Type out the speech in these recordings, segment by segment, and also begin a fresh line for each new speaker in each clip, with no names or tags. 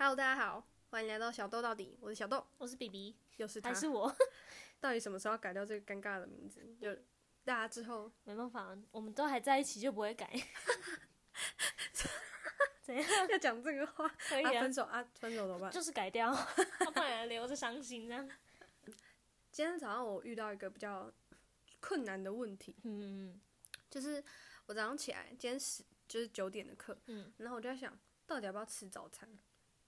Hello，大家好，欢迎来到小豆到底，我是小豆，
我是 B B，
又是他
还。是我？
到底什么时候要改掉这个尴尬的名字？就大家之后
没办法，我们都还在一起就不会改。怎样？
要讲这个话，
可以
啊，
啊
分，手啊，分手怎么办？
就是改 掉，要不然留着伤心这样。
今天早上我遇到一个比较困难的问题，
嗯
就是我早上起来，今天十就是九点的课，
嗯，
然后我就在想，到底要不要吃早餐？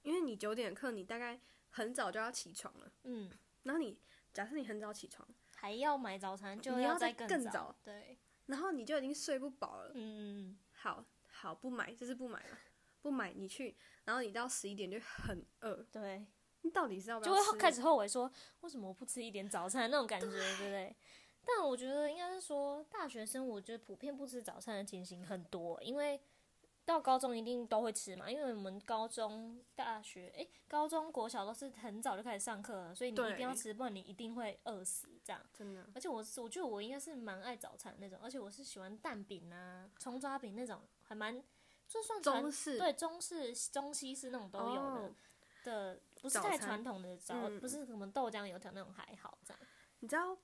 因为你九点的课，你大概很早就要起床了，
嗯，
然后你假设你很早起床，
还要买早餐，就
你要再
再更
更
早。
早
对，
然后你就已经睡不饱了，
嗯，
好好不买，这是不买了，不买你去，然后你到十一点就很饿，
对，
你到底是要不
就
要吃？
会开始后悔说，为什么我不吃一点早餐那种感觉，对不对？但我觉得应该是说，大学生我觉得普遍不吃早餐的情形很多，因为到高中一定都会吃嘛，因为我们高中、大学，诶、高中、国小都是很早就开始上课了，所以你
对
一定要吃，不然你一定会饿死这样。
真的，
而且我是，我觉得我应该是蛮爱早餐那种，而且我是喜欢蛋饼啊、葱抓饼那种，还蛮就算传
中式
对中式、中西式那种都有的。
哦
的不是
早
太
餐
传统的早，
嗯
不是什么豆浆油条那种还好这样。
你知道，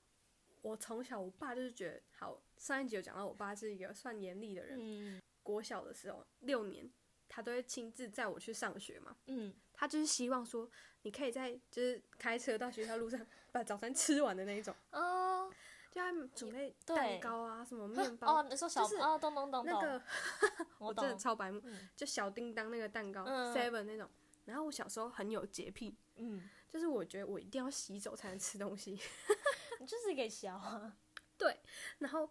我从小我爸就是觉得，好，上一集有讲到我爸是一个算严厉的人。
嗯
国小的时候，六年，他都会亲自载我去上学嘛。
嗯，
他就是希望说，你可以在就是开车到学校路上 把早餐吃完的那一种，
哦
就他准备
对
蛋糕啊，什 么面包，
哦，你说小
就是
哦，懂懂懂
那
懂，
个
我
真的
懂。
超白目，
嗯
就小叮当那个蛋糕
嗯
，seven 那种。然后我小时候很有洁癖，
嗯，
就是我觉得我一定要洗手才能吃东西，
你就是一个小啊，
然后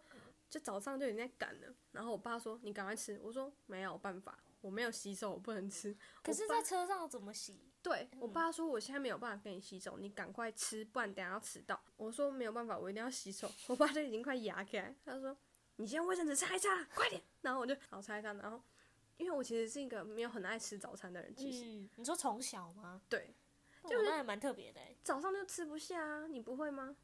就早上就已经在赶了。然后我爸说：“你赶快吃。”我说：“没有办法，我没有洗手，我不能吃。
可是，在嗯车上怎么洗？”
对我爸说：“我现在没有办法给你洗手，你赶快吃，不然等下要迟到。”我说：“没有办法，我一定要洗手。”我爸就已经快牙起来，他说：“你先卫生纸擦一擦，快点。” 然后我就好擦一擦，然后因为我其实是一个没有很爱吃早餐的人，其实、
嗯，你说从小吗？
对
就那还蛮特别的欸。
早上就吃不下啊，你不会吗？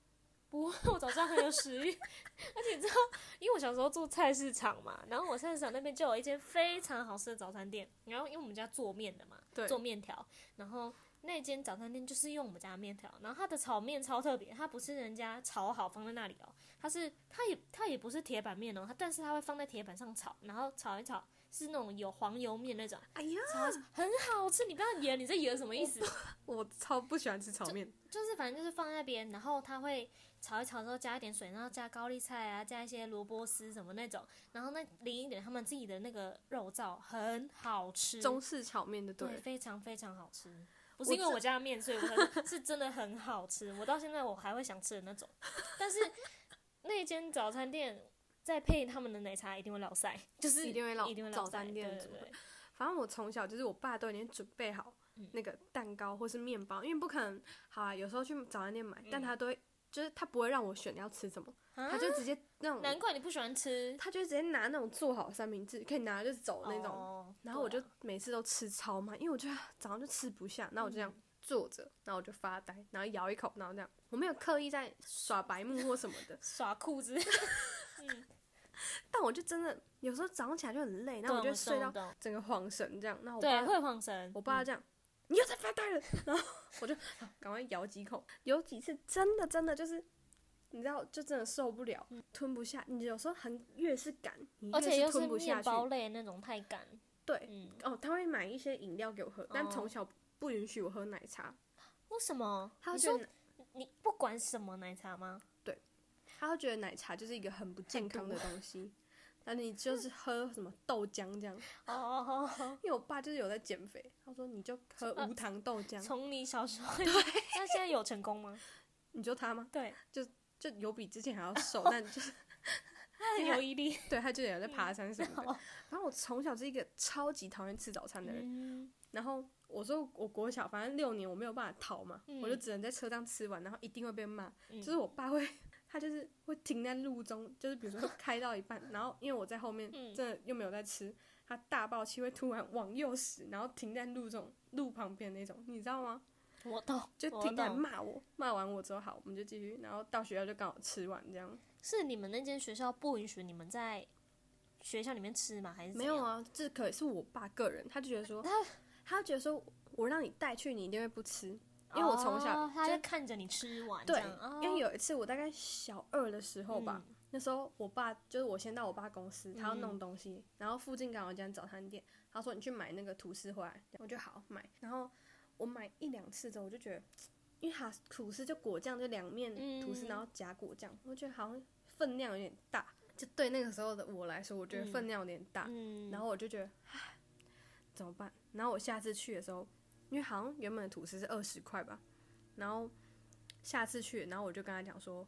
不会，我早上很有食欲，而且你知道，因为我小时候住菜市场嘛，然后我菜市场那边就有一间非常好吃的早餐店，然后因为我们家做面的嘛，
对
做面条，然后那间早餐店就是用我们家的面条，然后它的炒面超特别，它不是人家炒好放在那里哦，它是它也它也不是铁板面哦，它但是它会放在铁板上炒，然后炒一炒是那种有黄油面那种，
哎呀，
超很好吃，你不要演，你这演什么意思？
我超不喜欢吃炒面，
就是反正就是放在那边，然后它会炒一炒之后加一点水，然后加高丽菜啊，加一些萝卜丝什么那种，然后那淋一点他们自己的那个肉燥，很好吃，
中式炒面嗯的对
对，
了。
非常非常好吃。
我
不是因为
知
我家的面，所以我才说是真的很 好吃，我到现在我还会想吃的那种。但是那间早餐店再配他们的奶茶，一定会老塞，就是
一定会落
一定会
哦早
老塞。
餐店
对
怎么
对
会
对，
反正我从小就是我爸都已经准备好
嗯
那个蛋糕或是面包，因为不可能好啊，有时候去早餐店买，但他都会就是他不会让我选要吃什么，
啊
他就直接那
难
种，
怪你不喜欢吃
他就直接拿那种做好的三明治可以拿就走那种，
哦
然后我
对
就
啊，
每次都吃超慢，因为我觉得早上就吃不下，那我就这样坐着，然后我就发呆，然后咬一口，然后这样，我没有刻意在耍白目或什么的
耍酷子，嗯，
但我就真的有时候早上起来就很累，然后我
对
就睡
懂
到
懂
整个晃神这样，那我爸
对，啊会晃神。
我爸
嗯
这样，你又在发呆了，然后我就啊赶快咬几口，有几次真的真的就是，你知道，就真的受不了，吞不下。你有时候很越是赶，你
嗯而且
越
又是
吞不下
面
去。
包类那种太干，
对，
嗯，
哦，他会买一些饮料给我喝，但
哦
从小不允许我喝奶茶。
为什么？
他会
你
觉
说
得，
你不管什么奶茶吗？
他会觉得奶茶就是一个很不健康的
啊
东西。那你就是喝什么豆浆这样？
哦哦哦，
因为我爸就是有在减肥，他说你就喝
呃
无糖豆浆。
从你小时候，那现在有成功吗？
你说他吗？
对，
就有比之前还要 瘦，但就是
他很有毅 力。
对他就有在爬山什么的
嗯好。
然后我从小是一个超级讨厌吃早餐的人。
嗯，
然后我说我国小，反正六年我没有办法逃嘛，
嗯
我就只能在车上吃完，然后一定会被骂。
嗯
就是我爸会，他就是会停在路中，就是比如说开到一半，然后因为我在后面
嗯
真的又没有在吃，他大爆气会突然往右驶，然后停在路中路旁边那种，你知道吗？
我懂，
就
我
停在
懂
骂我，骂完我之后好，我们就继续，然后到学校就刚好吃完这样。
是你们那间学校不允许你们在学校里面吃吗？还是怎
没有
样？
啊，这可是我爸个人，他就觉得说，他觉得说我让你带去，你一定会不吃。啊因为我从小
哦他
就
就看着你吃完这
对
样，哦、
因为有一次我大概小二的时候吧，
嗯
那时候我爸就是我先到我爸公司，他要
嗯
弄东西，然后附近刚好有一间早餐店，他说你去买那个吐司回来，我就好买。然后我买一两次之后，我就觉得，因为它吐司就果酱就两面吐司，
嗯
然后夹果酱，我觉得好像分量有点大，就对那个时候的我来说，我觉得分量有点大。
嗯，
啊然后我就觉得，唉，怎么办？然后我下次去的时候，因为好像原本的吐司是二十块吧，然后下次去，然后我就跟他讲说，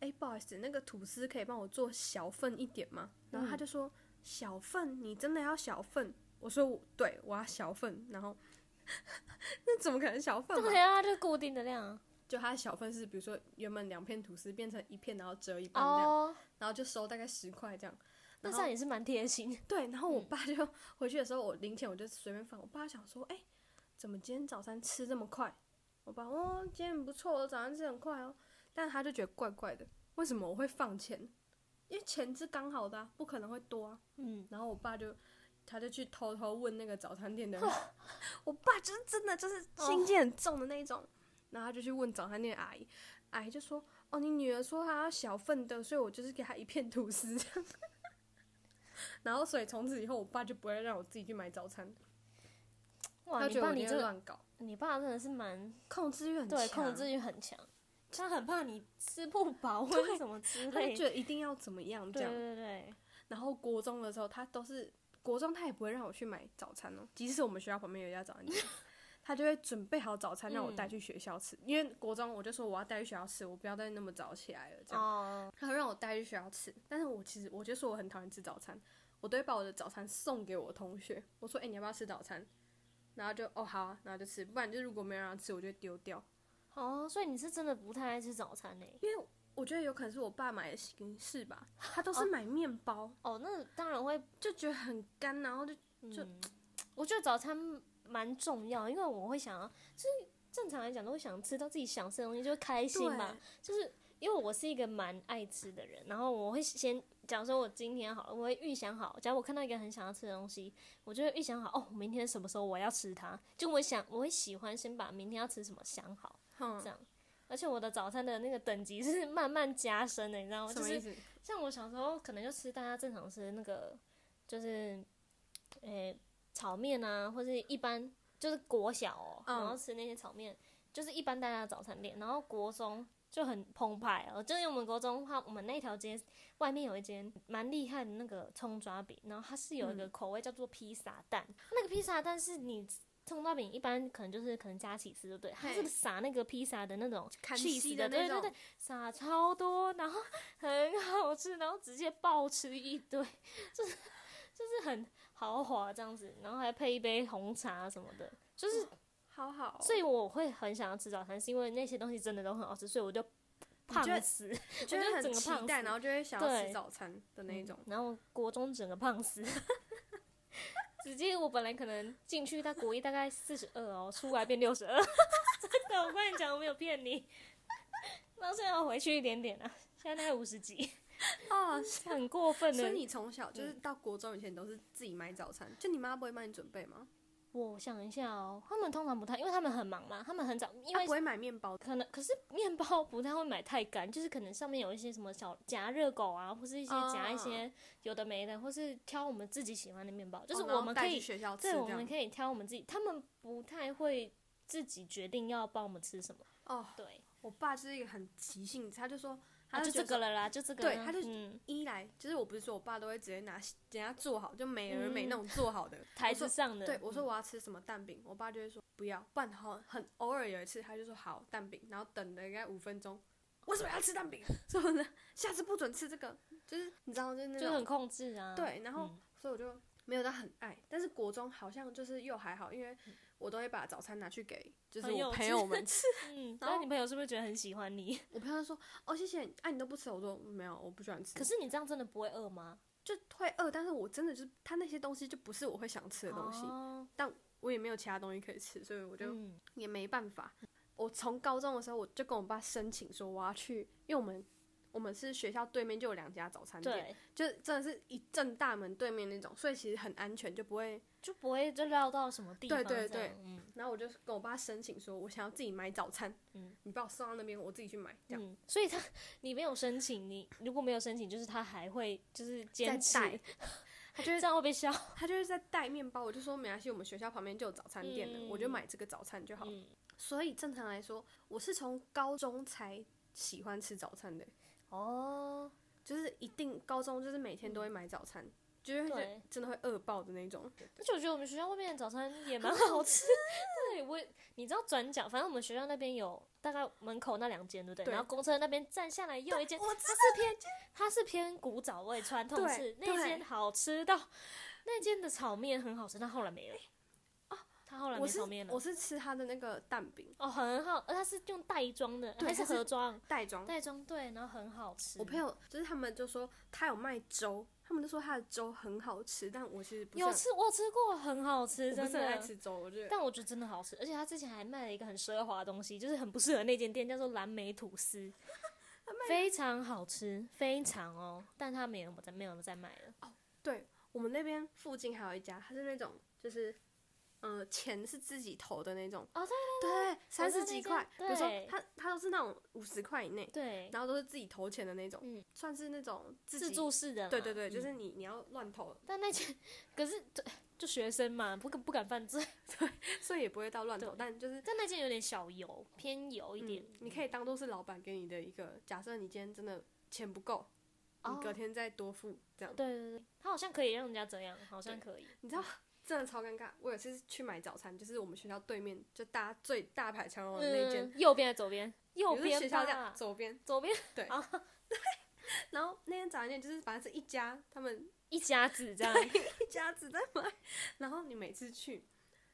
哎、不好意思，那个吐司可以帮我做小份一点吗？然
嗯
后他就说，小份，你真的要小份？我说我对，我要小份。然后 那怎么可能小份嘛
对？啊，就是固定的量
就他的小份是，比如说原本两片吐司变成一片，然后折一半这样，
哦，
然后就收大概十块这样。
那
然
这
后
样也是蛮贴心，
对，然后我爸就回去的时候，我零钱我就随便放。我爸想说，哎、怎么今天早餐吃这么快？我爸哦，今天很不错，我早餐吃很快哦。但他就觉得怪怪的，为什么我会放钱？因为钱是刚好的、啊，不可能会多啊。
嗯，
然后我爸就，他就去偷偷问那个早餐店的人，我爸就是真的就是心机很重的那一种。然后他就去问早餐店的阿姨，阿姨就说：“哦，你女儿说她要小份的，所以我就是给她一片吐司这样。” 然后所以从此以后，我爸就不会让我自己去买早餐，
哇，
他
你
觉得
爸
我
你
一定会
这个
乱搞，
你爸真的是蛮
控制欲很强，
对，控制欲很强，他很怕你吃不饱或者什么之
他就
类
觉
的，
得一定要怎么样这
对
样。
对对，
然后国中的时候，他都是国中，他也不会让我去买早餐哦。即使我们学校旁边有一家早餐 店，他就会准备好早餐让我带
嗯
去学校吃。因为国中我就说我要带去学校吃，我不要再那么早起来了，这样。
哦，
他让我带去学校吃，但是我其实我就说我很讨厌吃早餐，我都会把我的早餐送给我同学。我说：“哎、你要不要吃早餐？”然后就哦好啊，然后就吃。不然就是如果没有让他吃，我就丢掉。
哦，所以你是真的不太爱吃早餐呢、欸
因为我觉得有可能是我爸买的形式吧，他都是买面包，
哦，那当然会，
就觉得很干，然后就就
嗯我觉得早餐蛮重要，因为我会想要，就是正常来讲都会想吃到自己想吃的东西，就会开心
对
嘛。就是因为我是一个蛮爱吃的人，然后我会先，假如说我今天好了，我会预想好，假如我看到一个很想要吃的东西，我就会预想好，哦，明天什么时候我要吃它，就我想我会喜欢先把明天要吃什么想好，
嗯
这样。而且我的早餐的那个等级是慢慢加深的，你知道吗？
什
就
么
是
意思？
像我小时候可能就吃大家正常吃的那个，就是，诶、炒面啊，或是一般就是国小哦、
嗯
然后吃那些炒面，就是一般大家的早餐店。然后国中就很澎湃哦、就是我们国中的话，我们那条街外面有一间蛮厉害的那个葱抓饼，然后它是有一
嗯
个口味叫做披萨蛋，那个披萨蛋是你。葱抓饼一般可能就是可能加起司，对不对？它是
嘿
撒那个披萨的那种
砍
cheese
西的
对
那种
对对，撒超多，然后 很好吃，然后直接暴吃一堆，就是就是很豪华这样子，然后还配一杯红茶什么的，就是
好好哦，
所以我会很想要吃早餐，是因为那些东西真的都很好吃，所以我就胖
你就
死，
以
我就
很
整个
期
胖
待，
死
然后就会想要
对嗯
吃早餐的那一种。
然后国中整个胖死。 直接我本来可能进去到国一大概四十二哦，出来变六十二， 真的，我跟你讲，我没有骗你。 那现在要回去一点点啊，现在大概五十几，
哦，
很过分
所
的嗯
以。你从小就是到国中以前都是自己买早餐，就你妈不会帮你准备吗？
我想一下哦，他们通常不太，因为他们很忙嘛，他们很早，因
她
为
啊不会买面包，
可能可是面包不太会买太干，就是可能上面有一些什么小夹热狗啊，或是一些
哦
夹一些有的没的，或是挑我们自己喜欢的面包，就是
哦然后
我们可
带去
以，
学校吃
对，我
这
们
样。
可以挑我们自己，他们不太会自己决定要帮我们吃什么，
哦，
对，
我爸就是一个很急性子，他就说，
啊
他
就
觉
这
得
个
说
了啦，就这个啦，
对他就
嗯，
一来就是我不是说我爸都会直接拿人家做好就美而美
嗯
那种做好的，
台
我
子
说
上的，
对，嗯我说我要吃什么蛋饼，我爸就会说不要，不然好很偶尔有一次他就说好蛋饼，然后等了应该五分钟，为什么要吃蛋 饼？什么呢？下次不准吃这个，就是你知道就是那
就
种
很控制啊，
对，然后、
嗯
所以我就没有到很爱，但是国中好像就是又还好，因为我都会把早餐拿去给就是
朋友
我嗯朋
吃
友们 吃，
嗯，
然后
那你朋友是不是觉得很喜欢你？
我朋友说哦谢谢，哎、你都不吃，我说没有，我不喜欢吃，
可是你这样真的不会饿吗？
就会饿，但是我真的就是它那些东西就不是我会想吃的东西，
哦
我也没有其他东西可以吃，所以我就。
嗯
也没办法。我从高中的时候，我就跟我爸申请说我要去，因为我们我们是学校对面就有两家早餐店，
对，
就是真的是一正大门对面那种，所以其实很安全，就不会。
就不会就绕到什么地方
对
这
对
样。
对
嗯
然后我就跟我爸申请说，我想要自己买早餐，
嗯
你把我送到那边，我自己去买，这样。
嗯，所以他你没有申请，你如果没有申请，就是他还会就是坚持
再， 带他就
这
是
样会被笑。
他就是在带面包，我就说没关系，我们学校旁边就有早餐店了，
嗯
我就买这个早餐就好。
嗯，
所以正常来说，我是从高中才喜欢吃早餐的，
哦，
就是一定高中就是每天都会买早餐，就是会
对
真的会饿爆的那种。
而且我觉得我们学校外面的早餐也蛮好 吃。对，我你知道转角，反正我们学校那边有大概门口那两间，对不对？
对
然后公车那边站下来又有一间，
我知
它是偏古早味传统
对
式，
对
那间好吃到那间的炒面很好吃，但后来没了。它后
啊
来
我
没
是
炒面
我
了。
是吃他的那个蛋饼
哦，很好，而它是用袋装的，
对
还是
它是
盒装？
袋装，
袋装对，然后很好吃。
我朋友就是他们就说他有卖粥，他们就说他的粥很好吃，但我其实不是
有
很
吃，我有吃过，很好吃，
我不
真
是很爱
的。
吃粥，我觉得
但我觉得真的好吃，而且他之前还卖了一个很奢华的东西，就是很不适合那间店，叫做蓝莓吐司，非常好吃，非常哦。但他没有在没有在卖了，
对我们那边附近还有一家，它是那种就是。呃，钱是自己投的那种
哦对
对对，三
知
十
道
几
那
块，比
间
如说
对
它它都是那种五十块以内，
对，
然后都是自己投钱的那种，
嗯
算是那种自
自
己
助式的嘛，
对对对，就
嗯
是你你要乱投，
但那间可是对就学生嘛，不敢不敢犯罪。
所以也不会到乱投，
对
但就是
但那间有点小油，偏油一点
嗯。你可以当做是老板给你的一个，假设你今天真的钱不够，你
哦
隔天再多付这样。
对对对，他好像可以让人家这样，好像可以。
你知道真的超尴尬，我有一次去买早餐，就是我们学校对面就大家最大排长龙的那间，
嗯，右边还是左边？右
也是
边
学校这样
吧，
左边，
左边
然后那间早餐店就是反正是一家，他们
一家子这样。
一家子在买，然后你每次去。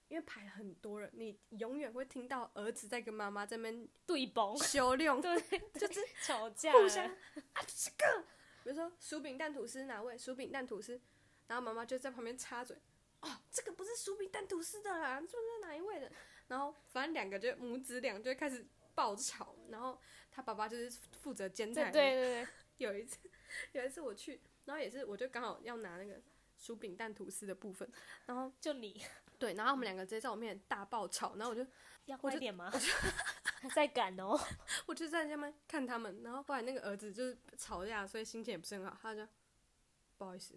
因为排了很多人，你永远会听到儿子在跟妈妈这边
对崩，
修炼，
对，
就是
吵架了，
互相啊这个，比如说薯饼蛋吐司哪位薯饼蛋吐司，然后妈妈就在旁边插嘴，哦，这个不是薯饼蛋吐司的啦，这是哪一位的？然后反正两个就母子俩就会开始爆吵，然后他爸爸就是负责煎
对
菜。
对，对对，
有一次有一次我去，然后也是我就刚好要拿那个薯饼蛋吐司的部分，然后
就 你
对，然后我们两个直接在我面前大爆吵，然后我就
要
我
快
就
点吗？还在赶 哦，
我就在下面看他们，然后后来那个儿子就是吵架，所以心情也不是很好，他就不好意思，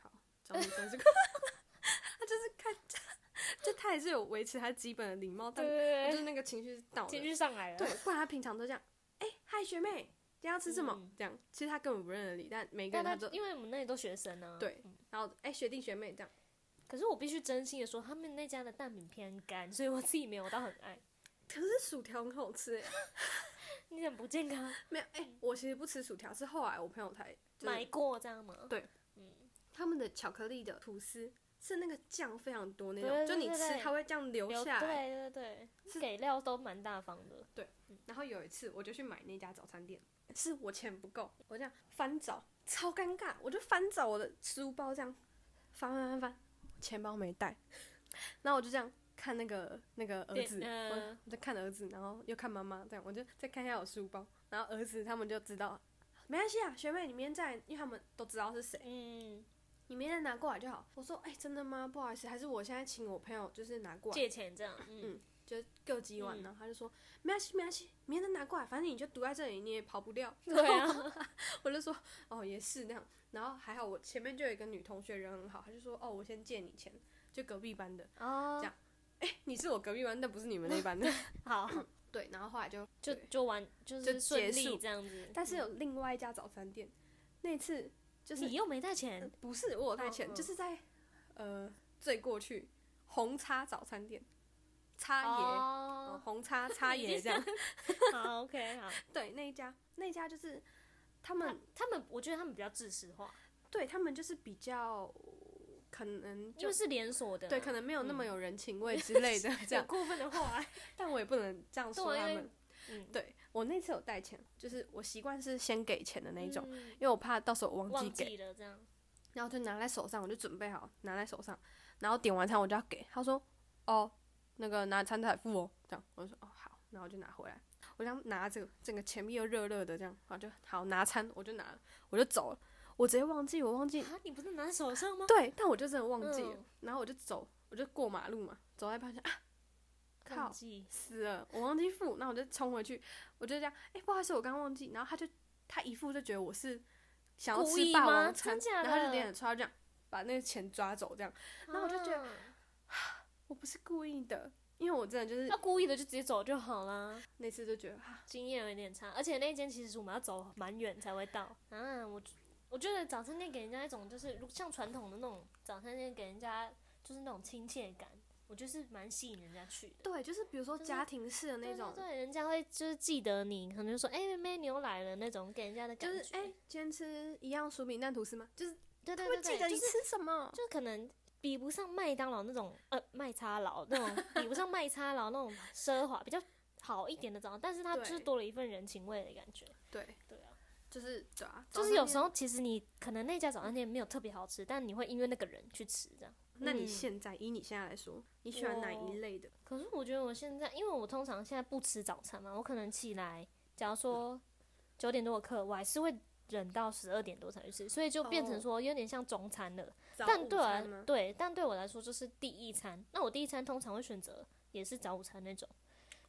好，找你三十块， 他就是看， 就他也是有维持他基本的礼貌，
对
但
对
就
对
是那个情绪是到
对，情
的，
绪上来了，
对，不然他平常都这样，哎、嗨学妹，今天要吃什么？
嗯
这样，其实他根本不认得你，但每个
但
人
他
他都
因为我们那里都学生呢，
对
嗯，
然后哎、学弟学妹这样，
可是我必须真心的说，他们那家的蛋饼偏干，所以我自己没有到很爱，
可是薯条很好吃、哎，
你怎么不健康？
没有哎、我其实不吃薯条，是后来我朋友才就是
买过这样吗？
对他们的巧克力的吐司是那个酱非常多那种，
对对
就你
对
吃
对
它会这样流
留
下来。
对对
是
对，给料都蛮大方的，
然后有一次我就去买那家早餐店，是我钱不够，我这样翻找，超尴尬，我就翻找我的书包这样翻翻翻翻，钱包没带， 然后我就这样。看那个那个儿
对
子，
嗯
我我在看儿子，然后又看妈妈，这样我就再看一下我书包，然后儿子他们就知道，没关系啊，学妹你明天再来，因为他们都知道是谁，
嗯，
你明天拿过来就好。我说，哎、真的吗？不好意思，还是我现在请我朋友就是拿过来，
借钱这样，嗯，
就各几碗。
嗯
然后他就说，没关系，没关系，明天再拿过来，反正你就堵在这里，你也跑不 掉。
对
然后
啊，
我就说，哦，也是那样。然后还好我前面就有一个女同学人很好，她就说，哦，我先借你钱，就隔壁班的。嗯
哦
这样哎、你是我隔壁班，但不是你们那 班的。
好，
嗯对，然后后来就
就
对
就完，就
就是
顺
结束
利这样子，
但是
嗯
有另外一家早餐店，那次就是
你又没带钱，
不是我有带钱，
嗯嗯
就是在呃最过去红叉早餐店，叉爷。
哦
哦，红叉 叉爷这样。
好，OK，好。
对，那一家那一家就是他
他
们，
他们，我觉得他们比较知识化，
对他们就是比较可能
因
就
为是连锁的啊，
对，可能没有那么
嗯
有人情味之类的这
有
样，
过分的话，
但我也不能这样说
对啊
他
因为
们。
嗯，
对我那次有带钱，就是我习惯是先给钱的那一种，
嗯
因为我怕到时候我忘记
忘
给，
记了这样，
然后就拿在手上，我就准备好拿在手上，然后点完餐我就要给，他说哦，那个拿餐台付哦，这样我就说哦好，然后我就拿回来。我想拿这个，整个前面又热热的这样，然后就好拿餐，我就拿了，我就走了，我直接忘记，我忘记，
啊，你不是拿在手上吗？
对，但我就真的忘记了，
嗯
然后我就走，我就过马路嘛，走到一半想啊，靠
忘，记
死了，我忘记付，那我就冲回去，我就这样，哎、不好意思，我刚忘记，然后他就他一副就觉得我是想要
故
吃
意
霸
吗
王餐，
真假
然后他就
的
脸很臭，他就这样把那个钱抓走，这样，然后我就觉得
啊
我不是故意的，因为我真的就是
那故意的就直接走就好啦，
那次就觉得啊，
经验有点差，而且那一间其实我们要走蛮远才会到啊。我我觉得早餐店给人家一种就是如像传统的那种早餐店给人家就是那种亲切感，我觉得是蛮吸引人家去的。
对，就是比如说
就是
家庭式的那种，
对对对，人家会就是记得你，可能就说哎、妹妹牛来了那种给人家的感
就
觉，
是哎、今天吃一样薯饼蛋吐司吗？就是
对对
会
对
记
对，
得
就
你
是
吃什么。
就可能比不上麦当劳那种呃麦差劳 那种，比不上麦差劳那种奢华比较好一点的早餐，但是它
对
就是多了一份人情味的感觉。
对，
对啊，
就是对啊，
就是有时
候。
候其实你可能那家早餐店没有特别好吃，但你会因为那个人去吃这样。
那你
嗯
现在以你现在来说，你喜欢哪
我
一类的？
可是我觉得我现在，因为我通常现在不吃早餐嘛，我可能起来，假如说九点多的课，我还是会忍到十二点多才去吃，所以就变成
哦
说有点像中餐了。
早
但
午
对我来
餐吗？
对，但对我来说就是第一餐。那我第一餐通常会选择也是早午餐那种，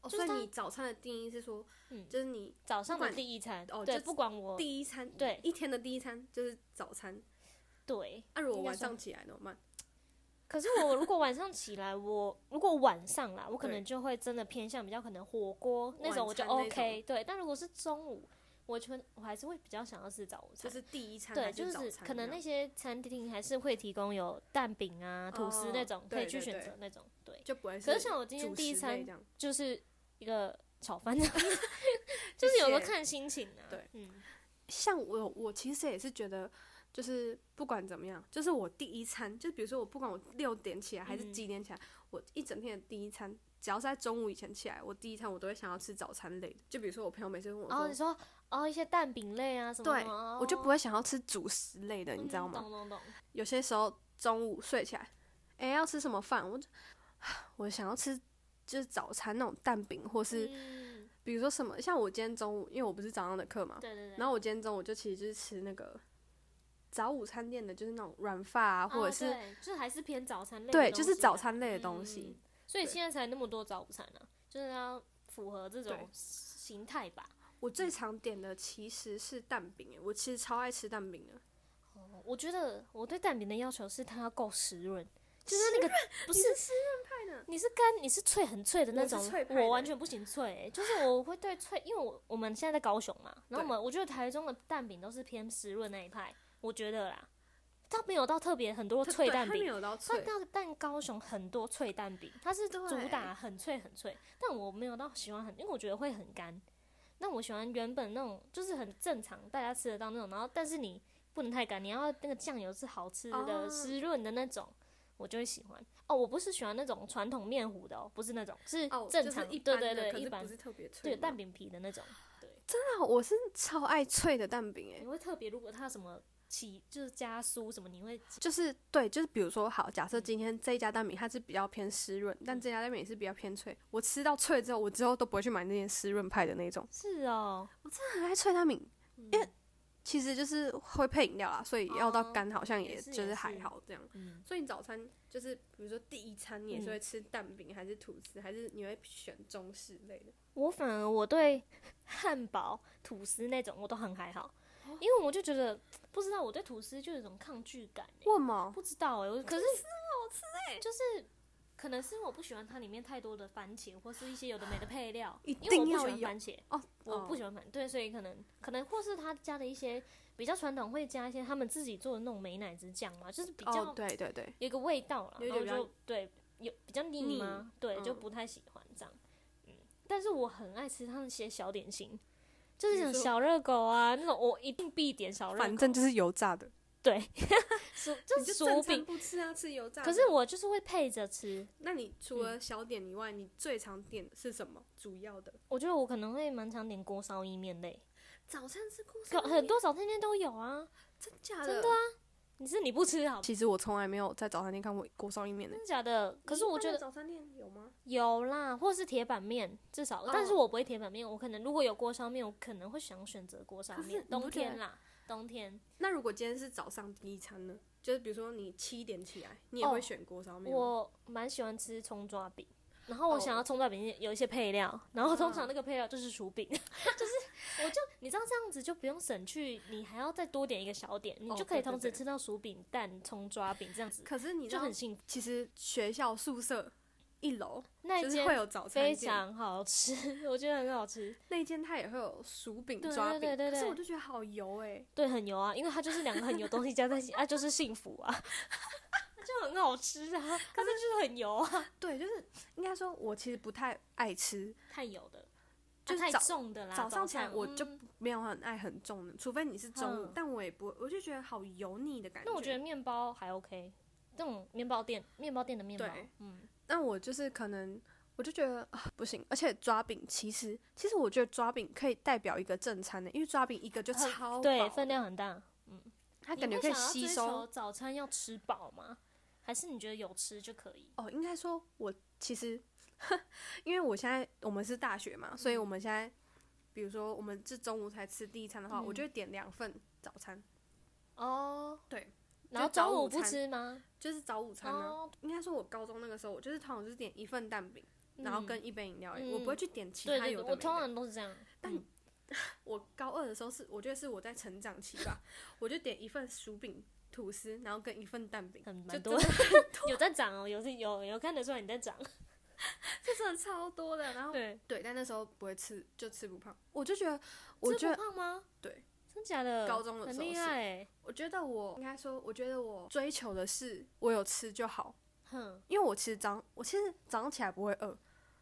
哦，
就
所以
是它
你早餐的定义是说，
嗯
就是你
早上的
管
第一餐。
哦
对，
就
不管我
第一餐，
对
一天的第一餐就是早餐。
对。
那如果
应该
晚
说
上起来怎么办？
可是我如果晚上起来，我如果晚上啦，我可
对
能就会真的偏向比较可能火锅那
晚
种，我就
餐那
OK。对，但如果是中午，我就会我还是会比较想要吃早午
就
餐。
是第一餐
对，
还
就是
早
是
餐
可能
这
那
样
些餐厅还是会提供有蛋饼啊、吐司那
哦
种可
对
以去
对
选
对
择那种。对，
就不会
可是像我今天
主
第一
食
餐
类这样，
就是一个炒 饭这样，就是有时候
谢谢
看心情啊。
对，
嗯，
像我，我其实也是觉得，就是不管怎么样，就是我第一餐，就比如说我不管我六点起来还是
嗯
几点起来，我一整天的第一餐，只要是在中午以前起来，我第一餐我都会想要吃早餐类的。就比如说我朋友每次问我
然后
说，
你说哦一些蛋饼类啊什么
对
什么，
我就不
哦
会想要吃主食类的，你知道
嗯
吗？
懂懂懂。
有些时候中午睡起来，哎、要吃什么饭？我就 我想要吃就是早餐那种蛋饼，或是
嗯，
比如说什么，像我今天中午，因为我不是早上的课嘛，
对对对。
然后我今天中午就其实就是吃那个早午餐店的，就是那种软发啊，或者
哦
是、
对就是还是偏早餐类的东西
对
啦，
就是早餐类的东西。
嗯所以
对
现在才那么多早午餐啊，就是要符合这
对
种形态吧。
我最常点的其实是蛋饼，欸诶，我其实超爱吃蛋饼的。
哦我觉得我对蛋饼的要求是它要够湿润，就是那个 不是湿润派的，你是干你是脆很脆的那种
我是脆，派的
我完全不行脆、欸就是我会对脆，因为我我们现在在高雄嘛，然后我们我觉得台中的蛋饼都是偏湿润那一派，我觉得啦，它没有到特别很多
它
脆
对
蛋
它没
饼。
有到
它
脆，
但但高雄很多脆蛋饼，它是主
对
打很脆很脆，但我没有到喜欢很，因为我觉得会很干。那我喜欢原本那种就是很正常大家吃得到那种，然后但是你不能太干，你要那个酱油是好吃
哦
的、湿润的那种，我就会喜欢。哦，我不是喜欢那种传统面糊的哦，不是那种，是
哦，
正常，
就是、一
对
般的
对对，
可
一
是
般
不是特别脆
对
嘛。
蛋饼皮的那种。
啊，我是超爱脆的蛋饼，欸诶，
你会特别如果它有什么起就是加酥什么，你会
就是对，就是比如说好，假
嗯
设今天这一家蛋饼它是比较偏湿润，但这家蛋饼也是比较偏脆。我吃到脆之后，我之后都不会去买那些湿润派的那种。
是哦，
很爱脆蛋饼，
嗯
因为其实就是会配饮料啦，所以要到
哦
干好像
也
也
是
就
也
是还
是
好这样。
嗯，
所以你早餐就是，比如说第一餐，你也是
嗯
会吃蛋饼，还是吐司，还是你会选中式类的？
我反而我对汉堡、吐司那种我都很还好，
哦
因为我就觉得不知道我对吐司就有一种抗拒感、欸。
问吗？
不知道哎、我可是是好吃哎、
欸
就是可能是因为我不喜欢它里面太多的番茄或是一些有的没的配料，
一
因为
定
我不喜
要
欢
有
番茄，
哦，
我不
哦
喜欢番对，所以可能可能或是他加的一些比较传统，会加一些他们自己做的那种美乃滋酱嘛，就是比较
哦，对对对，
有一个味道啦，
有一
然后
点比较
就对有比较腻吗？对，
嗯
就不太喜欢这样。嗯，但是我很爱吃他那些小点心，就是
比如
像
说
小热狗啊那种，我一定必点小热狗，
反正就是油炸的，
对，薯就
你
是
就
薯
正
饼
餐，不吃啊，吃油炸的。
可是嗯我就是会配着吃，
那你除了小点以外，你最常点的是什么？主要的
我觉得我可能会蛮常点锅烧意面类，
早餐吃锅
可
烧意面，
很多早餐店都有啊，
真假
真
的
的啊，你是你不吃好，
其实我从来没有在早餐店看过锅烧意面呢、
真的假的？可是我觉得
早餐店有吗？
有啦，或是铁板面，至少，
哦
但是我不会铁板面，我可能如果有锅烧面，我可能会想选择锅烧
可是
面，
你不
冬
觉
天
得
啦，冬天。
那如果今天是早上第一餐呢？就是比如说你七点起来，你也
哦
会选锅烧面吗？
我蛮喜欢吃葱抓饼，然后我
哦啊
想要葱抓饼有一些配料，然后通常那个配料就是薯饼， 就是我就你知道这样子就不用省去，你还要再多点一个小点，你
哦
就可以
对对
同时
对
吃到薯饼、蛋、葱抓饼这 样子，
可是你知
就
道
很，幸福。
其实学校宿舍一楼
那一
就是会
间
有早餐
非
店，
常好吃， 我觉得很好吃，
那一间它也会有薯饼
对
抓饼，
对对对
可是
对
我就觉得好油哎、
对，很油啊，因为它就是两个很油的东西加在 一起，啊，就是幸福啊。 就很好吃啊，可是就是很油啊，
对，就是应该说，我其实不太爱吃，
太油的，
就是
啊太
早
重的啦。
早上起来
餐
我就
嗯
没有很爱很重的，除非你是中午
嗯，
但我也不，我就觉得好油腻的感觉。
那我觉得，面包还 OK，那种面包店，面包店的面包
对，
嗯，
那我就是可能，我就觉得、啊、不行，而且抓饼其实，其实我觉得抓饼可以代表一个正餐的，因为抓饼一个就
很
超
对，
饱
分量很大。
它
你
感觉
会
可以
想要
吸
追
收
求早餐要吃饱吗？还是你觉得有吃就可以？
哦，应该说我其实， 因为我现在我们是大学嘛，所以
嗯
我们现在，比如说我们是中午才吃第一餐的话，
嗯
我就会点两份早餐，
哦，
对，
然后
就早
中午
午
不
餐
吃吗？
就是早午餐呢、啊
哦，
应该说，我高中那个时候，我就是通常就是点一份蛋饼，然后
嗯
跟一杯饮料而已、
嗯
我不会去点其
对
他
对
有
对，
的没
我
的。
通常都是这样。
但
嗯
我高二的时候是，我觉得是我在成长期吧，我就点一份薯饼、吐司，然后跟一份蛋饼，
很
就真
蛮多
的，
有在涨哦，有有有看得出来你在哦涨。
这真的超多的。然后
对，
对，但那时候不会吃，就吃不胖。我就觉得，我
吃
觉
不
得，
胖吗？
对，
真假的？
高中的
很
时候
厉
是
害欸，
我觉得我应该说，我觉得我追求的是我有吃就好，
哼，
因为我其实早，我其实早上起来不会饿，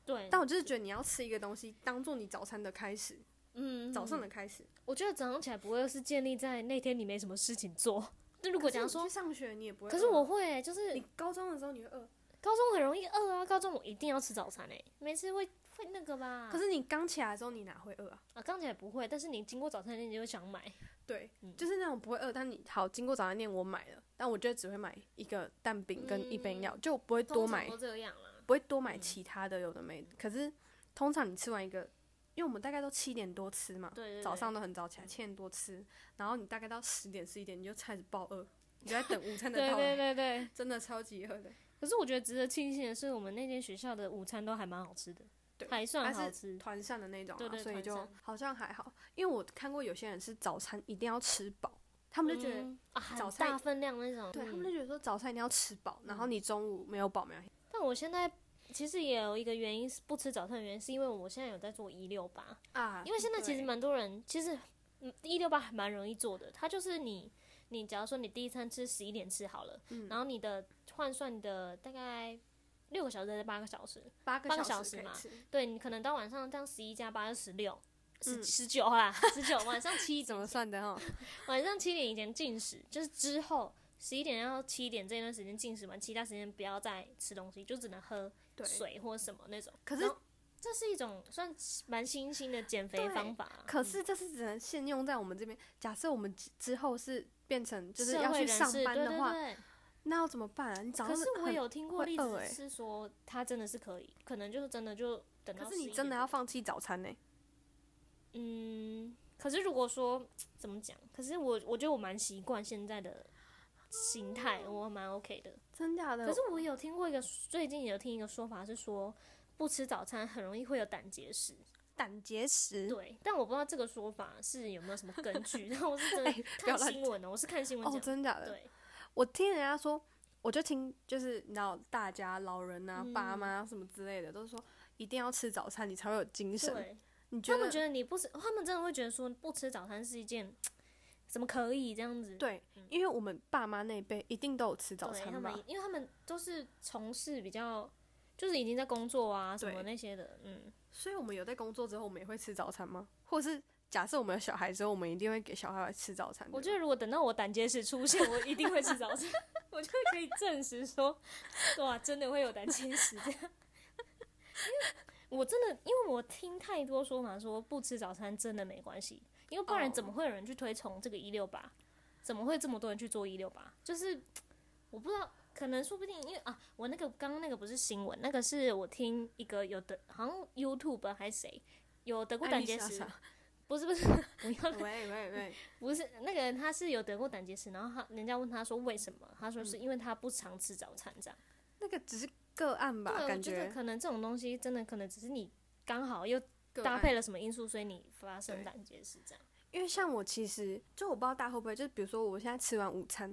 对，
但我就是觉得你要吃一个东西，当做你早餐的开始，
嗯，
早上
嗯
的开始。
我觉得早上起来不会是建立在那天你没什么事情做。那如果假如说
去上学，你也不会饿啊。
可是我会欸、就是
你高中的时候你会饿，啊
高中很容易饿啊，高中我一定要吃早餐诶、欸每次会会那个吧。
可是你刚起来的时候你哪会饿啊？
啊，刚起来不会，但是你经过早餐店你就会想买。
对，
嗯
就是那种不会饿，但你好经过早餐店我买了，但我就只会买一个蛋饼跟一杯饮料，就我不会多
嗯通常嗯
买，
都这样啦。
不会多买其他的有的没的。可是通常你吃完一个，因为我们大概都七点多吃嘛，
对对对
早上都很早起来，七点多吃，然后你大概到十点十一点你就开始爆饿，你就在等午餐的
对
到
对
来，
对对。
真的超级饿的。
可是我觉得值得庆幸的是，我们那间学校的午餐都还蛮好吃的，
对
还算
还
好
是
吃。
团扇的那种、啊，
对对
所以
团
就
扇
好像还好。因为我看过有些人是早餐一定要吃饱，他们就觉得，
嗯啊，很
早餐
大分量那种。
对他
嗯
们就觉得说早餐一定要吃饱，然后你中午没有饱没有。
但我现在其实也有一个原因是不吃早餐的原因，是因为我现在有在做一六八。
啊，
因为现在其实
对
蛮多人，其实嗯一六八还蛮容易做的，它就是你你假如说你第一餐吃十一点吃好了，
嗯
然后你的换算你的大概六个小时还是八个小时，
八个
八个
小
小时
可以
嘛
吃
对你可能到晚上这样十一加八就十六。十
嗯
十九啦，十九晚上七
怎么算的哦哈？
晚上七点以前进食，就是之后十一点到七点这段时间进食完，其他时间不要再吃东西，就只能喝
对，
水或什么那种。
可是
然后这是一种算蛮新兴的减肥
对
方法啊、
可
嗯
是这是只能限用在我们这边。假设我们之之后是变成就是
社
要
会
去
人
上
士
班
对
的
对
话，
对
那要怎么办啊？你早
可
上
是我
很，
有听过
会
例
饿
子
欸
是说，他真的是可以，可能就是真的就等到。
可是你真的要，放弃早餐呢、
嗯，可是如果说怎么讲，可是我我觉得我蛮习惯现在的形态，我蛮 OK 的。
真假的？
可是我有听过一个，最近有听一个说法是说，不吃早餐很容易会有胆结石。
胆结石，哦
对，但我不知道这个说法是有没有什么 根据。然后我是真的
哎不要
看
乱
新闻的，我是看新闻
哦，
讲的。
真假的？
对，
我听人家说，我就听就是你知道，大家老人啊、
嗯
爸妈什么之类的，都说一定要吃早餐，你才会有精神。
对，
你觉
他
得
们觉？得你不吃，他们真的会觉得说不吃早餐是一件怎么可以这样子？
对，因为我们爸妈那一辈一定都有吃早
嗯对他
餐吧
们，？因为他们都是从事比较，就是已经在工作啊什么
对
那些的，嗯，
所以我们有在工作之后，我们也会吃早餐吗？或者是假设我们有小孩之后，我们一定会给小孩吃早餐？
我觉
对吧
得如果等到我胆结石出现，我一定会吃早餐， 我就可以证实说，哇，真的会有胆结石这样。因为 我真的，因为我听太多说法说不吃早餐真的没关系，因为不然
哦
怎么会有人去推崇这个一六八？怎么会这么多人去做一六八？就是我不知道，可能说不定因为啊，我那个刚刚那个不是新闻，那个是我听一个有的，好像 YouTube 还是谁有得过
艾
胆
丽
结
莎哦
石
莎，
不 是不是不要
喂喂喂，
不是那个人，他是有得过胆结石，然后他人家问他说为什么，他
嗯
说是因为他不常吃早餐这样。
那个只是个案吧，
对，我
啊感
觉得
觉
可能这种东西真的可能只是你刚好又
个
搭
案
配了什么因素，所以你发生
对
胆结石这样。
因为像我其实就我不知道大家会不会，就是比如说我现在吃完午餐，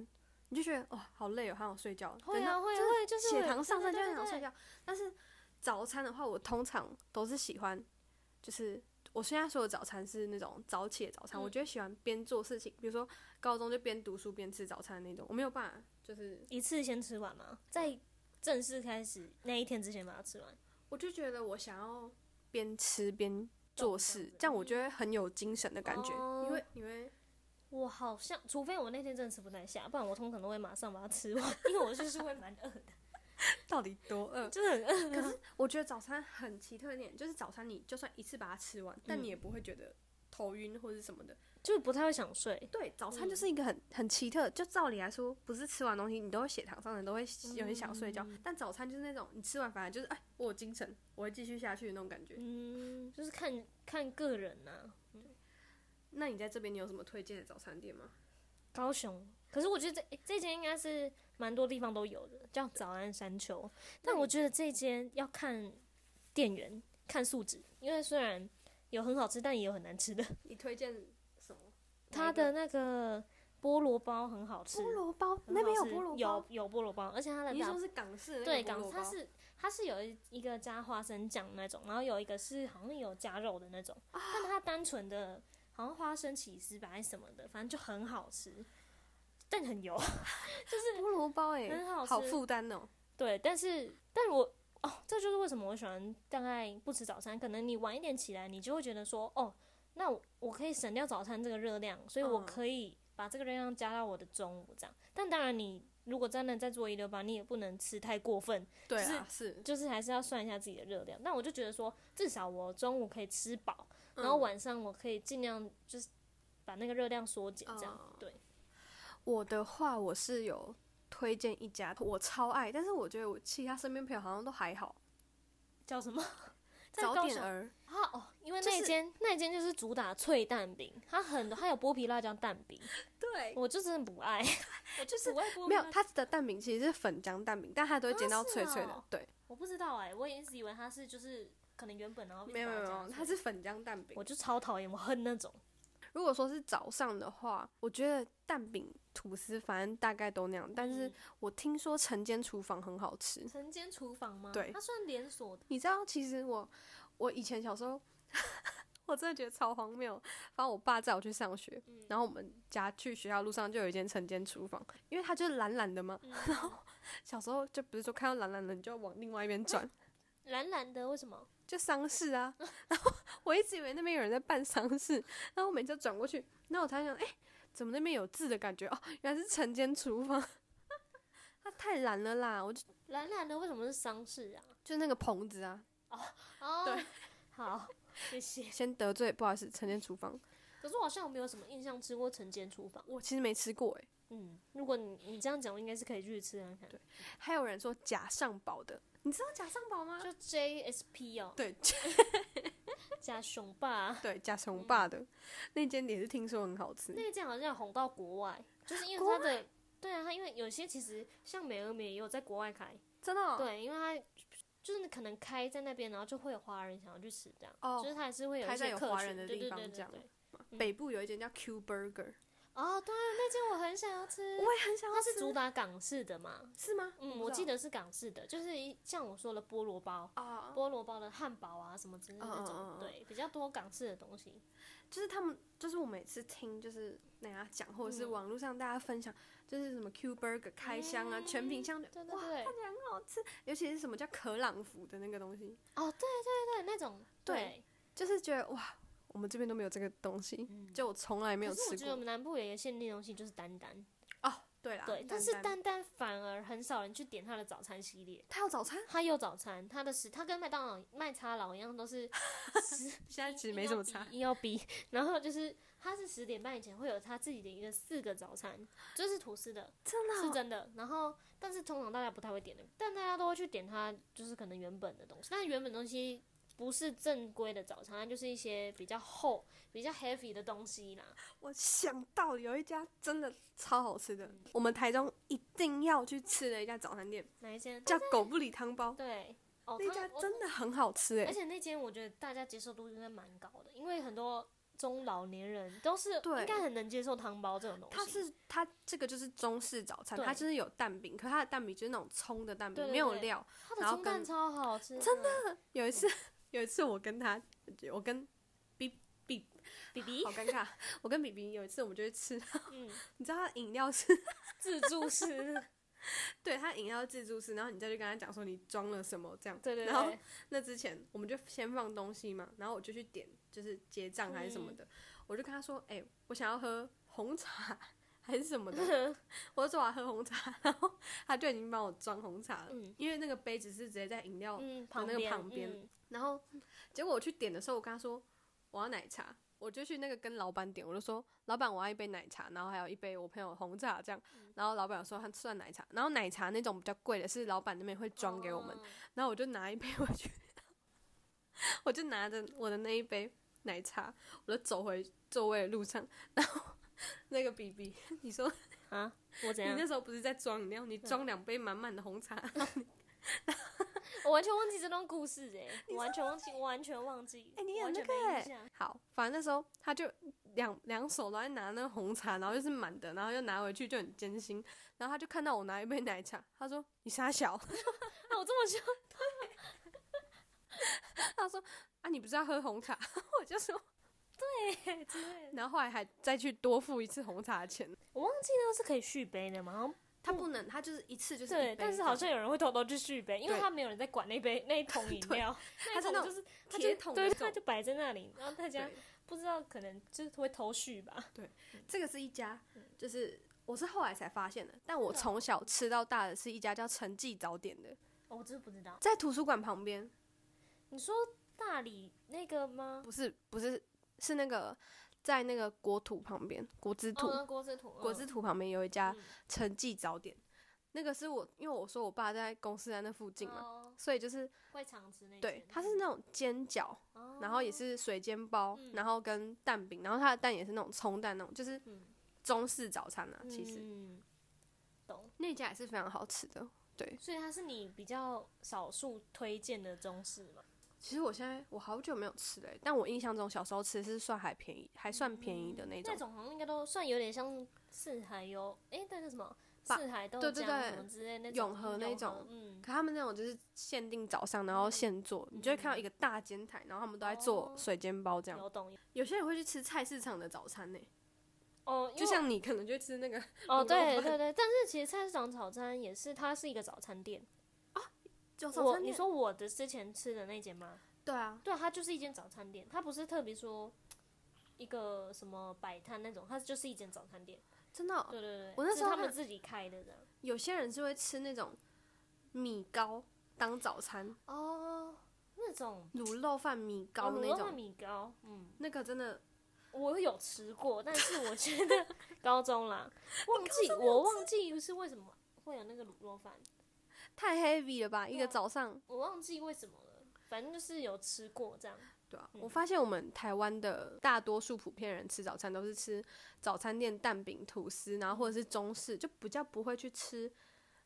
你就觉得哦好累哦，好想睡觉了。
会
等
啊
到
会啊
真的
会，就是
血
会
糖上
对
升就
对
很
对
想睡
对
觉。但是早餐的话，我通常都是喜欢，就是我现在说的早餐是那种早起的早餐，
嗯
我就会喜欢边做事情，比如说高中就边读书边吃早餐那种，我没有办法，就是
一次先吃完吗？在正式开始那一天之前把它吃完。
我就觉得我想要边吃边做
动这样
事
子，
这样嗯我就会很有精神的感觉，
哦
因为因为
我好像，除非我那天真的吃不太下，不然我通常都会马上把它吃完， 因为我就是会蛮饿的，
到底多饿？
就是很饿。
可是我觉得早餐很奇特一点，就是早餐你就算一次把它吃完，但你也不会觉得头晕或者什么的。
就不太会想睡。
对，早餐就是一个很很奇特，就照理来说，不是吃完东西你都会血糖上升，都会有点想睡觉，但早餐就是那种你吃完反而就是哎，我有精神，我会继续下去的那种感觉。
嗯，就是看看个人啊呐、
那你在这边你有什么推荐的早餐店吗？
高雄，可是我觉得这这间应该是蛮多地方都有的，叫早安山丘。但我觉得这间要看店员、看素质，因为虽然有很好吃，但也有很 难吃的。
你推荐什么？
它的那个菠萝包很好吃，
菠萝包，
很好
那边有
吃
菠萝
有
包，
有菠萝包，而且它的
你是
打
说是港式的那
对
个菠
港
萝
它
包？
是它是有一一个加花生酱那种，然后有一个是好像有加肉的那种，
啊
但它单纯的好像花生起司吧还是什么的，反正就很好吃，但很油。
菠萝包哎、
很好吃
好负担哦。
对，但是，但我哦，这就是为什么我喜欢大概不吃早餐。可能你晚一点起来，你就会觉得说，哦，那我我可以省掉早餐这个热量，所以我
嗯
可以把这个热量加到我的中午这样。但当然，你如果真的在做一六八，你也不能吃太过分，
对啊，是，
就是还是要算一下自己的热量。但我就觉得说，至少我中午可以吃饱，然后
嗯
晚上我可以尽量就是把那个热量缩减，这样、
哦
对。
我的话，我是有推荐一家，我超爱，但是我觉得我其他身边朋友好像都还好。
叫什么？ 在
早
高
点
雄
儿，
啊哦，因为
就
那
是
间、那间就是主打脆蛋饼，它很多，它有剥皮辣椒蛋饼，
对，
我就真的不爱， 我就是不爱剥皮
没
辣
有
椒，
它的蛋饼其实是粉浆蛋饼，但它都会煎到脆脆的。
啊是哦
对，
我不知道哎、我也一直以为它是就是可能原本然后
没有没有没有，它
它
是粉浆蛋饼
我。就超讨厌，我恨那种，
如果说是早上的话，我觉得蛋饼、吐司反正大概都那样，但是我听说晨间厨房很好吃
嗯。晨间厨房吗？
对
它算连锁的，
你知道，其实我我以前小时候， 我真的觉得超荒谬。反正我爸载我去上学，
嗯
然后我们家去学校路上就有一间晨间厨房，因为它就是懒懒的嘛。
嗯，
小时候就不是说看到懒懒的你就要往另外一边转，
蓝蓝的，为什么？
就丧事啊。 然后我一直以为那边有人在办丧事，然后我每次转过去，然后我才想，哎、怎么那边有字的感觉？哦，原来是晨间厨房。 它太懒了啦！我就
蓝蓝的为什么是丧事啊？
就那个棚子啊，
哦，
对，
好，谢谢。
先得罪，不好意思，晨间厨房，
可是我好像没有什么印象吃过晨间厨房，
我其实没吃过哎、
嗯，如果你你这样讲，我应该是可以去吃看看，
还有人说假上宝的，你知道假上宝吗？
就 JSP 哦，
对
加熊爸
对，假熊爸的、那间也是听说很好吃。
那一件好像红到国外，就是因为它的对啊，它因为有些其实像美而美也有在国外开，
真的哦、
对，因为它就是可能开在那边，然后就会有华人想要去吃这样，
哦
就是它还是会有
开
一
在
些
有
客
华
群，
人的
对
地
对
方
对对
这样
对。
北部有一间叫 Q Burger，
哦，对，那件我很想要吃，
我也很想要
嗯它
吃。
是主打港式的嘛，
是吗？
嗯，
不
我
知
记
道
得是港式的，就是一像我说的菠萝包。
啊，
菠萝包的汉堡啊，什么之类的那种，
嗯嗯嗯嗯
对，比较多港式的东西。
就是他们，就是我每次听就是人家讲，或者是
嗯
网络上大家分享，就是什么 Q Burger 开箱啊，全品相的，
对对
哇，
对
看起来很好吃。尤其是什么叫可朗福的那个东西，
哦，对对对，那种
对
对，
就是觉得哇，我们这边都没有这个东西，
嗯
就我从来没有
可是
吃
我觉得
过。
我们南部有一个限定的东西就是丹丹，
哦，对啦，
对，
丹
但是
丹
丹丹反而很少人去点他的早餐系列。
他有早餐，
他有早餐，他的食他跟麦当劳、麦茶佬一样，都是 十
现在其实
硬
没
要
什么
逼
差。
硬要逼。然后就是他是十点半以前会有他自己的一个四个早餐，就是吐司的，
真
是
的哦、
真的。然后，但是通常大家不太会点的，但大家都会去点它，就是可能原本的东西。但原本东西不是正规的早餐，它就是一些比较厚、比较 heavy 的东西啦。
我想到有一家真的超好吃的，我们台中一定要去吃的一家早餐店，
哪一间？
叫狗不理汤包，
对，哦，
那
它
家
我
真的很好吃哎、
而且那间我觉得大家接受度应该蛮高的，因为很多中老年人都是
对
应该很能接受汤包这种东西。
它是它这个就是中式早餐，
对
它就是有蛋饼，可它的蛋饼就是那种葱的蛋饼，
对对
没有
对
料。
它的
然后
葱蛋
跟
超好吃，真的。
有一次，
嗯
有一次我跟他，我跟
比比
好，尴尬，我跟比比有一次我们就去吃，
嗯，
你知道他饮料是，
自助式，
对他饮料是自助式，然后你再去跟他讲说你装了什么这样。
对对
然后
对，
那之前我们就先放东西嘛，然后我就去点就是结账还是什么
嗯
的，我就跟他说，哎、我想要喝红茶 还是什么的， 我就说我要喝红茶， 然后他就已经帮我装红茶了，
嗯
因为那个杯子是直接在饮料，那
嗯，旁
个
边
旁边
嗯
然后结果我去点的时候，我跟他说我要奶茶，我就去那个跟老板点，我就说老板我要一杯奶茶，然后还有一杯我朋友红茶这样，
嗯
然后老板有说他算奶茶，然后奶茶那种比较贵的是老板那边会装给我们，
哦
然后我就拿一杯 回去，我就拿着我的那一杯奶茶，我就走回座位的路上，然后 那个 B B，你说
啊，我怎
你
样嗯
那？时候不是在装饮料，你装两杯满满的红茶，哎、
我完全忘记这段故事哎、我完全忘记，我完全忘记。
哎你
我
有
完
那
全
个
没印
哎、
象
好，反正那时候他就两两手都在拿那个红茶，然后就是满的，然后又拿回去就很艰辛，然后他就看到我拿一杯奶茶，他说你傻小，
啊，我这么凶，
他说啊你不是要喝红茶， 我就说，
对之类的
然后后来还再去多付一次红茶的钱，
我忘记那个是可以续杯的嘛？好像
他不能，他就是一次就是一
对，
杯
但
这
是
样
好像有人会偷偷去续杯，因为
对
他没有人在管那杯那一桶饮 料，
它是
那一桶
那种
就是它
铁
就
桶
对，
那种
它就摆在那里，然后大家
对
不知道可能就是会偷续吧。
这个是一家，
嗯
就是我是后来才发现的，但
啊
我从小吃到大的是一家叫陈记早点的，
哦我真的不知道，
在图书馆旁边，
你说大理那个吗？
不是不是是那个在那个国土旁边，国之土、啊
哦，国之土，
国之土旁边有一家
嗯
陈记早点，那个是我因为我说我爸在公司在那附近
嘛，
嘛，
哦
所以就是
会常吃那
对
间，
它是那种煎饺，
哦
然后也是水煎包，
嗯
然后跟蛋饼，然后它的蛋也是那种葱蛋那种，就是
嗯
中式早餐啊，其实、
嗯懂，
那家也是非常好吃的。
所以它是你比较少数推荐的中式嘛？
其实我现在我好久没有吃嘞、但我印象中小时候吃是算还便宜，还算便宜的那种。
那种好像应该都算有点像四海油，诶，那叫什么？
吧
四海豆
对
浆
对对
什么之类那种
永和那
永
种
嗯，
可他们那种就是限定早上，然后现做，你就会看到一个大煎台，然后他们都在做
哦
水煎包这样。
有懂有
有些人会去吃菜市场的早餐呢、
哦，因
就
为
像你可能就会吃那个
哦，
卤肉
对
饭
对对，但是其实菜市场早餐也是，它是一个早餐店。
就哦早
我
餐
你
店。
说我的之前吃的那间吗？
对啊，
对，它就是一间早餐店，它不是特别说一个什么摆摊那种，它就是一间早餐店。
真的哦、
对对对，
我那
是
时候
他
看
们自己开的这样。
有些人是会吃那种米糕当早餐，
哦，那种
卤肉饭米糕
哦卤
那
肉饭
种，
米糕，嗯，
那个真的
我有吃过，但是我觉得 高中啦，忘记我忘记是为什么会有那个卤肉饭，
太 heavy 了吧？一个
对啊
早上。
我忘记为什么了，反正就是有吃过这样。
对啊，
嗯
我发现我们台湾的大多数普遍人吃早餐都是吃早餐店蛋饼、吐司，然后或者是中式，就比较不会去吃。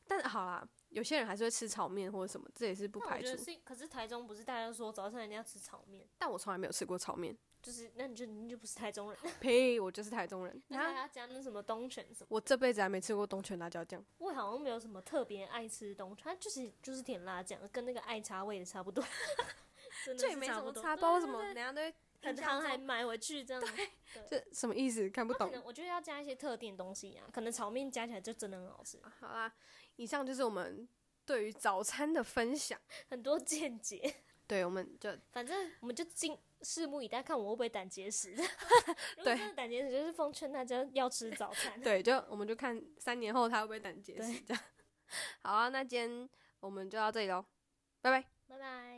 但好啦，有些人还是会吃炒面或者什么，这也是不
但
排
我
除
觉得。是，可是台中不是大家都说早上一定要吃炒面，
但我从来没有吃过炒面，
就是那你就你就不是台中 人，
呸！我就是台中人。
那还
然后
要加那什么东泉什么，
我这辈子还没吃过东泉辣椒酱，
我好像没有什么特别爱吃东泉，它就是就是甜辣酱，跟那个爱茶味也 差不多，真的
这也
是
没
差
什
不
么
多
差，不知道为什么人家都会
很
印象
常
中
还买回去这样。
这什么意思？看不
它 可
懂。
能我觉得要加一些特定的东西啊，可能炒面加起来就真的很好吃，
好啦，以上就是我们对于早餐的分享。
很多见解。
对，我们就
反正我们就静拭目以待，看我会不会胆结石。 如果
对
真的胆结石，就是奉劝大家要吃早 餐。
对，就我们就看三年后他会不会 胆结石这样。好啊，那今天我们就到这里喽，拜拜。
拜拜。